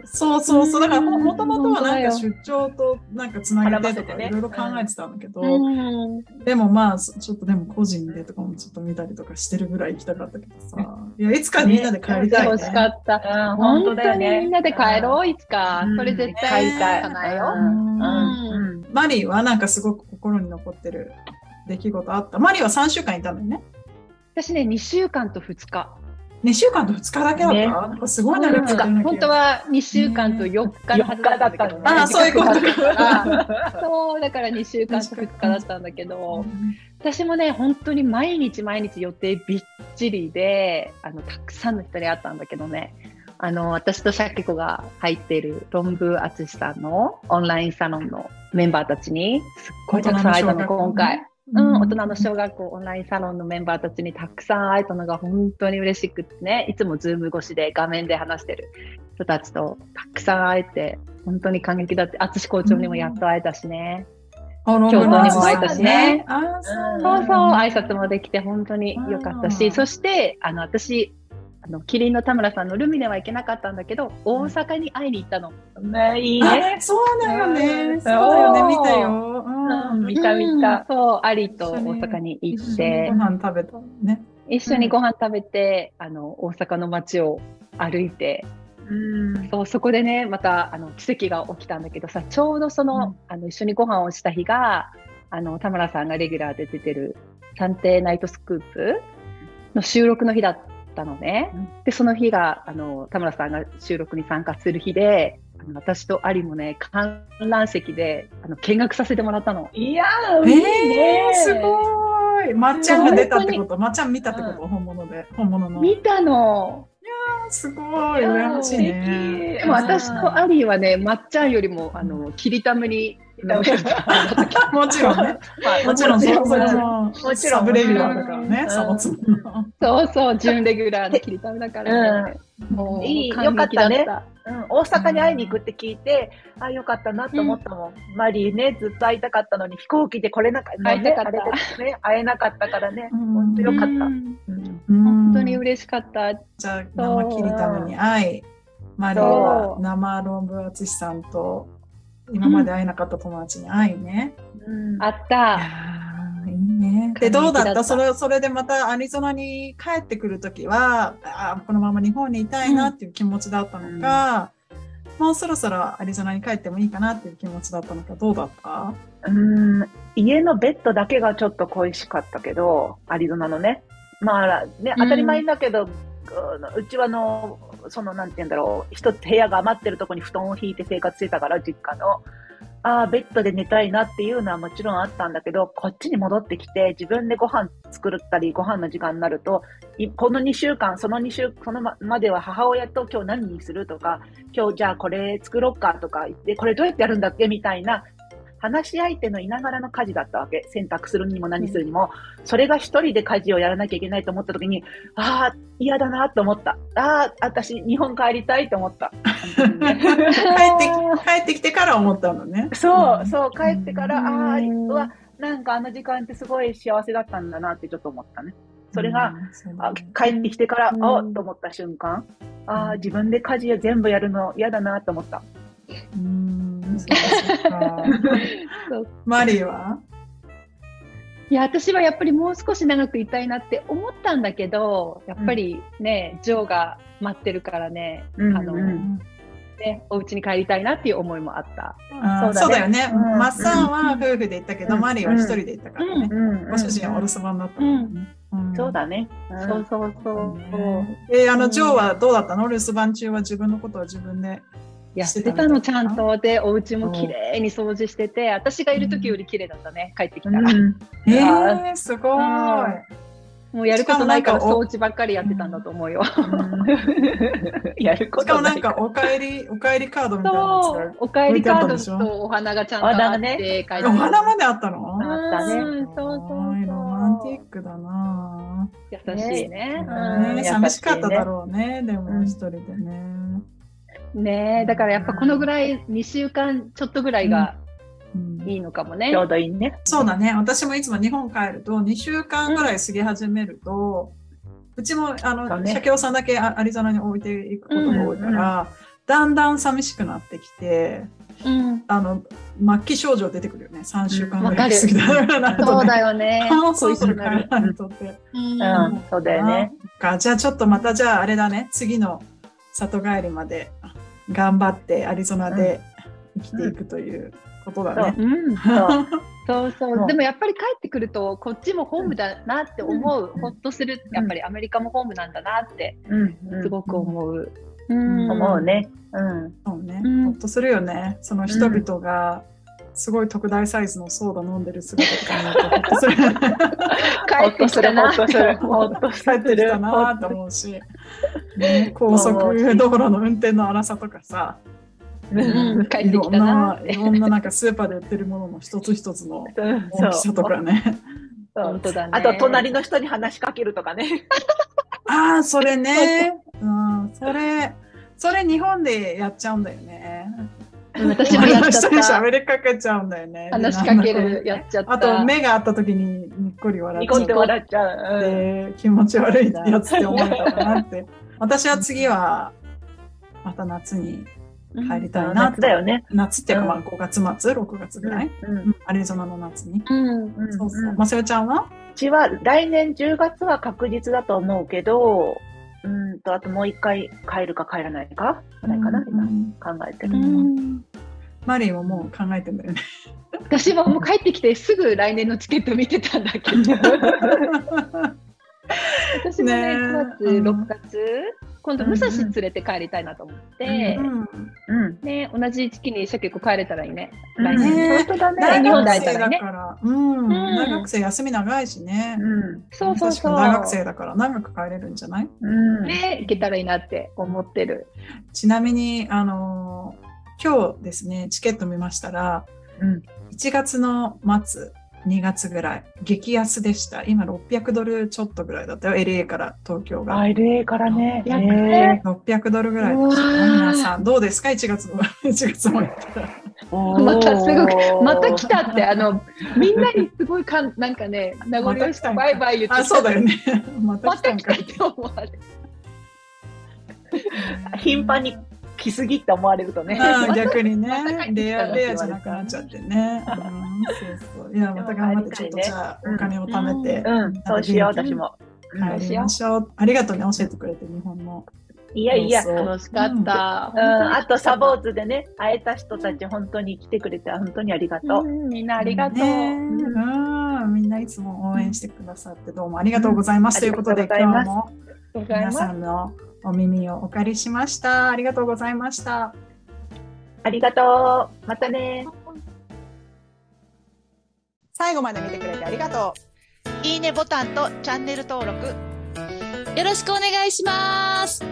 [SPEAKER 1] そうそうそう。だからも
[SPEAKER 3] うん
[SPEAKER 1] もともとはなん
[SPEAKER 3] 本
[SPEAKER 1] か
[SPEAKER 3] 当
[SPEAKER 1] 出張となんかつなげてと
[SPEAKER 2] 絡ませて
[SPEAKER 1] か
[SPEAKER 2] ね
[SPEAKER 1] いろいろ考えてたんだけど、
[SPEAKER 3] うん
[SPEAKER 1] でもまあそちょっとでも個人でとかもちょっと見たりとかしてるぐらい行きたかったけどさ。いや、いつかみんなで帰り
[SPEAKER 3] 来
[SPEAKER 1] た
[SPEAKER 3] て
[SPEAKER 1] い、
[SPEAKER 3] ほ
[SPEAKER 1] ね。
[SPEAKER 3] しかった。
[SPEAKER 2] うん、
[SPEAKER 3] 本
[SPEAKER 2] 本
[SPEAKER 3] 当
[SPEAKER 2] 当だよ
[SPEAKER 3] に
[SPEAKER 2] ね。
[SPEAKER 3] みんなで帰ろう、いつか
[SPEAKER 2] うん。
[SPEAKER 3] それ絶対
[SPEAKER 1] ね
[SPEAKER 3] 叶えよ
[SPEAKER 2] う
[SPEAKER 3] う。
[SPEAKER 2] ん。
[SPEAKER 1] う
[SPEAKER 2] うんん。
[SPEAKER 1] マリーはなんかすごく心に残ってる出来事あった。マリーは3週間いたのよね。
[SPEAKER 3] 私ね、2週間と2日。
[SPEAKER 1] 2週間と2日だけだった、
[SPEAKER 2] ね
[SPEAKER 1] なんかすごい長くたような気が
[SPEAKER 3] 本当は2週間と4日のはずだったんだけどね
[SPEAKER 2] 四日だった の
[SPEAKER 1] ああ、そういうこと
[SPEAKER 3] あ
[SPEAKER 1] か。
[SPEAKER 3] そう、だから2週間と2日だったんだけど、私もね、本当に毎日毎日予定びっちりで、あの、たくさんの人に会ったんだけどね、あの、私とシャケ子が入っている論文厚さんのオンラインサロンのメンバーたちに、すっごいたくさん会えたの、今回。うん、大人の小学校オンラインサロンのメンバーたちにたくさん会えたのが本当に嬉しくってね、いつもズーム越しで画面で話してる人たちとたくさん会えて、本当に感激だって、淳校長にもやっと会えたしね、
[SPEAKER 1] 京
[SPEAKER 3] 京
[SPEAKER 2] 都にも会えた
[SPEAKER 3] しね。
[SPEAKER 1] あーそうなんだ
[SPEAKER 3] そうそう、挨拶もできて本当に良かった
[SPEAKER 1] う
[SPEAKER 3] し、
[SPEAKER 1] ん
[SPEAKER 3] そして、あの、私、あの、キリンの田村さんのルミネは行けなかったんだけど、大阪に会いに行ったの。
[SPEAKER 2] うん。ね、いいね。
[SPEAKER 1] あそうだよね。
[SPEAKER 2] うん
[SPEAKER 1] そうだよね。
[SPEAKER 3] そう
[SPEAKER 1] 見たよ。うん。
[SPEAKER 2] 見た見た。
[SPEAKER 3] そう、アリと大阪に行っ
[SPEAKER 1] 一緒
[SPEAKER 3] て
[SPEAKER 1] にご、飯食べたのね。
[SPEAKER 3] 一緒にご飯食べて、あの、大阪の街を歩いて、
[SPEAKER 2] うん。
[SPEAKER 3] そう、そこでね、また、あの、奇跡が起きたんだけどさ、ちょうどその、
[SPEAKER 1] うん
[SPEAKER 3] あの、一緒にご飯をした日が、あの、田村さんがレギュラーで出てる、探偵ナイトスクープの収録の日だったのね。
[SPEAKER 2] うん
[SPEAKER 3] で、その日が、あの、田村さんが収録に参加する日で、あの私とアリもね、観覧席で、あの、見学させてもらったの。
[SPEAKER 2] いやー、いい
[SPEAKER 1] え
[SPEAKER 2] ね
[SPEAKER 1] ー、すごい。まっちゃんが出たってこと、まっちゃん見たってこと、本物で、本物の。
[SPEAKER 3] 見たの
[SPEAKER 1] あすごい、羨ましいね。
[SPEAKER 3] でも私とア
[SPEAKER 1] あ
[SPEAKER 3] リはね、まっちゃんよりも、あの、きりたむに、
[SPEAKER 1] もちろんね。もちろん、そ
[SPEAKER 3] もちろ
[SPEAKER 1] う
[SPEAKER 3] ん
[SPEAKER 1] もちろん。
[SPEAKER 2] もちろん
[SPEAKER 1] サブレギュラーだからね
[SPEAKER 2] う、ん
[SPEAKER 1] サボツの。
[SPEAKER 3] そうそう、準レギュラーの切りためだからね。もう
[SPEAKER 2] いい
[SPEAKER 3] 感激だ
[SPEAKER 2] ようん、大阪に会いに行くって聞いて、あ、よかったなと思ったもん。マリーね、ずっと会いたかったのに、飛行機で来れなかった、
[SPEAKER 3] 会いたかった
[SPEAKER 2] あれだね。会えなかったからね。
[SPEAKER 1] うん
[SPEAKER 2] 本当よかった。
[SPEAKER 3] うん
[SPEAKER 2] うん
[SPEAKER 3] 本
[SPEAKER 1] 本
[SPEAKER 3] 当に嬉しかった。
[SPEAKER 1] じゃあ生きりために会い、マリーは生論文淳さんと今まで会えなかった友達に会いね。
[SPEAKER 3] あ
[SPEAKER 2] あ
[SPEAKER 3] った
[SPEAKER 1] いや。ーいいね。でどうだ
[SPEAKER 3] 感激
[SPEAKER 1] った
[SPEAKER 3] だった
[SPEAKER 1] それそれでまたアリゾナに帰ってくるときはあーこのまま日本にいたいなっていう気持ちだったのか、もうそろそろアリゾナに帰ってもいいかなっていう気持ちだったのかどうだった
[SPEAKER 2] うん、家のベッドだけがちょっと恋しかったけど、アリゾナのね。まあ、ね、
[SPEAKER 3] うん
[SPEAKER 2] 当たり前だけど、うんうちはあの、その、なんて言うんだろう、一つ部屋が余ってるとこに布団を引いて生活してたから、実家の。ああ、ベッドで寝たいなっていうのはもちろんあったんだけど、こっちに戻ってきて、自分でご飯作ったり、ご飯の時間になると、いこの2週間、その2週、そのままでは母親と今日何にするとか、今日じゃあこれ作ろうかとか言って、これどうやってやるんだっけみたいな、話し相手のいながらの家事だったわけ。洗濯するにも何するにも。それが一人で家事をやらなきゃいけないと思った時に、ああ、嫌だなと思った。ああ、私、日本帰りたいと 思った。
[SPEAKER 1] 帰ってき帰ってきてから思ったのね。
[SPEAKER 2] そう、
[SPEAKER 1] ん
[SPEAKER 2] そう、帰ってから、ああ、
[SPEAKER 3] うん
[SPEAKER 2] うわ、なんかあの時間ってすごい幸せだったんだなってちょっと思ったね。それが、
[SPEAKER 1] うんそうだ
[SPEAKER 2] あ
[SPEAKER 1] ね
[SPEAKER 2] 帰ってきてから、
[SPEAKER 3] うん
[SPEAKER 2] あっと思った瞬間、ああ、自分で家事を全部やるの嫌だなと思った。
[SPEAKER 1] うんそっか
[SPEAKER 3] そう
[SPEAKER 1] マリーはい
[SPEAKER 3] や私はやっぱりもう少し長くいたいなって思ったんだけどやっぱりね、ジョーが待ってるからね、
[SPEAKER 2] うん
[SPEAKER 3] あの
[SPEAKER 2] うん
[SPEAKER 3] ねお家に帰りたいなっていう思いもあった。
[SPEAKER 1] あーそ
[SPEAKER 2] そうう
[SPEAKER 1] だ
[SPEAKER 2] だ
[SPEAKER 1] よ
[SPEAKER 2] ね
[SPEAKER 1] ね。
[SPEAKER 2] うん
[SPEAKER 1] マッサンは夫婦で行ったけど、
[SPEAKER 2] うん
[SPEAKER 1] マリーは一人で行ったからね。
[SPEAKER 2] うん
[SPEAKER 1] ご主人はお留守番だったからね。ん
[SPEAKER 2] そう。だね。うん
[SPEAKER 3] そうそうそう。
[SPEAKER 1] えーあの、ジョーはどうだったの留守番中は自分のことは自分で。
[SPEAKER 3] やってたのちゃんとでお家も綺麗に掃除してて私がいる時より綺麗だったね帰ってきたら、
[SPEAKER 2] うん
[SPEAKER 1] え
[SPEAKER 3] や
[SPEAKER 1] ー、すごい。
[SPEAKER 3] もうやることないから
[SPEAKER 1] しかもな
[SPEAKER 3] 掃
[SPEAKER 1] んかお
[SPEAKER 3] 除ばっかりやってたんだと思うよ、
[SPEAKER 2] やるこ
[SPEAKER 1] しか
[SPEAKER 2] と
[SPEAKER 1] も
[SPEAKER 2] な
[SPEAKER 1] ないんか、おかえり、おかえりカードみたいな
[SPEAKER 3] そ
[SPEAKER 1] の
[SPEAKER 3] うおかえりカード
[SPEAKER 1] 置いてあったでし
[SPEAKER 3] とお花がちゃんと
[SPEAKER 2] お
[SPEAKER 3] あ
[SPEAKER 2] 花
[SPEAKER 3] って帰っ
[SPEAKER 2] ね
[SPEAKER 3] てき
[SPEAKER 1] つ
[SPEAKER 3] た
[SPEAKER 1] お花まであったの
[SPEAKER 2] あったね
[SPEAKER 3] うんそうそう
[SPEAKER 1] すごいロマンティックだな
[SPEAKER 3] そう優しいね
[SPEAKER 2] うん
[SPEAKER 1] ね
[SPEAKER 2] 優しいね
[SPEAKER 1] 寂しかっただろうね、で
[SPEAKER 2] う
[SPEAKER 1] も
[SPEAKER 2] ん
[SPEAKER 1] 一人でね。
[SPEAKER 3] うんねえだからやっぱこのぐらい2週間ちょっとぐらいが
[SPEAKER 1] うん
[SPEAKER 3] いいのかもね、
[SPEAKER 2] ちょうどいいね。
[SPEAKER 1] そうだね。私もいつも日本帰ると2週間ぐらい過ぎ始めると、うちもあ
[SPEAKER 2] だ
[SPEAKER 1] の、
[SPEAKER 2] ね
[SPEAKER 1] 社協さんだけアアリゾナに置いていくことが多いから、
[SPEAKER 2] うんうん
[SPEAKER 1] だんだん寂しくなってきて、
[SPEAKER 3] うん
[SPEAKER 1] あの、末期症状出てくるよね。3週間ぐら
[SPEAKER 3] う
[SPEAKER 1] い
[SPEAKER 3] ん
[SPEAKER 1] 過ぎたらなる
[SPEAKER 3] そ
[SPEAKER 1] と
[SPEAKER 3] うだよ
[SPEAKER 1] ね。
[SPEAKER 3] ね
[SPEAKER 1] もうそろそろ帰
[SPEAKER 3] 恋する
[SPEAKER 1] らないとって。
[SPEAKER 3] うん
[SPEAKER 2] う
[SPEAKER 1] うん
[SPEAKER 2] ん、そうだよね。
[SPEAKER 1] か、じゃあちょっとまたじゃああれだね。次の里帰りまで頑張ってアリゾナで生きていくということだね。
[SPEAKER 3] うん
[SPEAKER 2] そう
[SPEAKER 3] そうそう、
[SPEAKER 2] そう
[SPEAKER 3] でもやっぱり帰ってくるとこっちもホームだなって思う、
[SPEAKER 2] うん
[SPEAKER 3] ほっとする
[SPEAKER 2] ん
[SPEAKER 3] やっぱりアメリカもホームなんだなって
[SPEAKER 2] うん、うん
[SPEAKER 3] すごく思う、
[SPEAKER 1] ん
[SPEAKER 2] 思うね。うん。
[SPEAKER 1] そうね、
[SPEAKER 3] うん
[SPEAKER 1] ほっとするよね。その人々がすごい特大サイズのソーダ飲んでる姿とか見るとほっとする。
[SPEAKER 3] 帰ってきたな
[SPEAKER 2] ほっとする、 ほっとす
[SPEAKER 1] 帰
[SPEAKER 2] る、ほ
[SPEAKER 1] っ
[SPEAKER 2] ってとす
[SPEAKER 1] き
[SPEAKER 2] る
[SPEAKER 1] た。なと思うし、ね、高速道路の運転の荒さとかさ、
[SPEAKER 3] うん帰ってきたなって
[SPEAKER 1] いろんないろんななんかスーパーで売ってるものの一つ一つの
[SPEAKER 2] うんそ
[SPEAKER 1] 大
[SPEAKER 2] う
[SPEAKER 1] きさとかね。
[SPEAKER 2] そう
[SPEAKER 3] 本当だね
[SPEAKER 2] あと、隣の人に話しかけるとかね。
[SPEAKER 1] ああ、そ れね。うん、それ、それ日本でやっちゃうんだよね。
[SPEAKER 3] うん私もやっちゃ
[SPEAKER 1] 人
[SPEAKER 3] っ
[SPEAKER 1] に
[SPEAKER 3] た
[SPEAKER 1] 喋りかけちゃうんだよね。
[SPEAKER 3] 話しかけるやっちゃった
[SPEAKER 1] あと目が合った時ににっこり笑
[SPEAKER 2] ニ
[SPEAKER 1] っちゃ
[SPEAKER 2] コ
[SPEAKER 1] う
[SPEAKER 2] って笑っちゃう。うん
[SPEAKER 1] で気持ち悪いやつって思えたかなって。私は次は、また夏に帰りたいなって。
[SPEAKER 2] 夏だよね。
[SPEAKER 1] 夏っていうか、ま
[SPEAKER 2] う
[SPEAKER 1] あ5月末、6月ぐらい、
[SPEAKER 2] うん
[SPEAKER 1] うんアリゾナの夏に。
[SPEAKER 3] うん、うん
[SPEAKER 2] うん
[SPEAKER 1] そうそうう。
[SPEAKER 2] ん
[SPEAKER 1] まさよちゃんは
[SPEAKER 2] うちは来年10月は確実だと思うけど、うーんと、あともう一回帰るか帰らないかぐらいかな、
[SPEAKER 1] う
[SPEAKER 2] 今
[SPEAKER 1] ん
[SPEAKER 2] 考えて
[SPEAKER 1] う
[SPEAKER 2] る。
[SPEAKER 1] んマリーももう考えてんだよね。
[SPEAKER 3] 私はもう帰ってきてすぐ来年のチケット見てたんだけど私もね
[SPEAKER 1] ね
[SPEAKER 3] 9月、
[SPEAKER 1] うん
[SPEAKER 3] 6月今度武蔵連れて帰りたいなと思って、
[SPEAKER 1] うん
[SPEAKER 2] うん。
[SPEAKER 3] ね、同じ時期に結構帰れたらいいね来
[SPEAKER 2] うん
[SPEAKER 3] 年、
[SPEAKER 1] ね
[SPEAKER 2] 本当だ
[SPEAKER 1] 大
[SPEAKER 3] 日
[SPEAKER 2] ね。
[SPEAKER 3] 本
[SPEAKER 1] 学
[SPEAKER 3] で会え
[SPEAKER 1] 生
[SPEAKER 3] たら
[SPEAKER 1] だ
[SPEAKER 3] ね
[SPEAKER 1] から、うん、
[SPEAKER 3] ん
[SPEAKER 1] 大学生休み長いしね。
[SPEAKER 2] うん。
[SPEAKER 3] そうそう
[SPEAKER 1] 確
[SPEAKER 3] そ
[SPEAKER 1] かに
[SPEAKER 3] う
[SPEAKER 1] 大学生だから長く帰れるんじゃない
[SPEAKER 2] うん。
[SPEAKER 3] ね行けたらいいなって思ってる
[SPEAKER 1] ちなみに、あのー今日ですね、チケット見ましたら、
[SPEAKER 2] うん
[SPEAKER 1] 1月の末、2月ぐらい、激安でした。今600ドルちょっとぐらいだったよ、LA から東京が。
[SPEAKER 2] LA からね。
[SPEAKER 3] やっ
[SPEAKER 2] ね
[SPEAKER 1] 600ドルぐらいでした
[SPEAKER 3] うわ
[SPEAKER 1] ね。
[SPEAKER 3] ー
[SPEAKER 1] 皆さん、どうですか ?1 月の、1 月も行ったら。
[SPEAKER 3] またす
[SPEAKER 2] ぐ
[SPEAKER 3] また来たって、あの、みんなにすごいかん、なんかね、名残惜しくバイバイ言ってきた
[SPEAKER 1] あ、そうだよ。ね。 また
[SPEAKER 3] ま
[SPEAKER 1] 来た
[SPEAKER 3] た
[SPEAKER 1] ん
[SPEAKER 3] 来
[SPEAKER 1] か
[SPEAKER 3] たっ
[SPEAKER 1] い。
[SPEAKER 3] て思われる。
[SPEAKER 2] 頻繁に来すぎって思われると ね。
[SPEAKER 1] ああ逆にね
[SPEAKER 3] また帰ってき
[SPEAKER 1] レ
[SPEAKER 3] た
[SPEAKER 1] ア
[SPEAKER 3] な
[SPEAKER 1] レアじゃなくなっちゃってね。うんそうそういやまた頑張ってちょっと
[SPEAKER 2] でもありがたいね
[SPEAKER 1] じゃあお金を貯めて
[SPEAKER 2] うん、そうしよう、
[SPEAKER 1] うん
[SPEAKER 2] 私も。
[SPEAKER 3] う
[SPEAKER 1] 帰りましょう。ありがとうね教えてくれて日本の。
[SPEAKER 2] いやいや。
[SPEAKER 1] そう
[SPEAKER 3] 楽しかった。
[SPEAKER 2] うん、あとサボーズでね、会えた人たち、本当に来てくれて、本当にありがとう。
[SPEAKER 3] うんみんなありがとう。
[SPEAKER 1] ねうんみんないつも応援してくださってどうもありがとうございます、
[SPEAKER 2] うん
[SPEAKER 1] ということで
[SPEAKER 2] ありがとうござ
[SPEAKER 1] 今
[SPEAKER 2] い
[SPEAKER 1] 日
[SPEAKER 3] あ
[SPEAKER 1] も
[SPEAKER 3] りがとうござい
[SPEAKER 1] 皆
[SPEAKER 3] ます。
[SPEAKER 1] さんのお耳をお借りしました。ありがとうございました。
[SPEAKER 2] ありがとう。またね
[SPEAKER 4] 最後まで見てくれてありがとう。いいねボタンとチャンネル登録
[SPEAKER 5] よろしくお願いします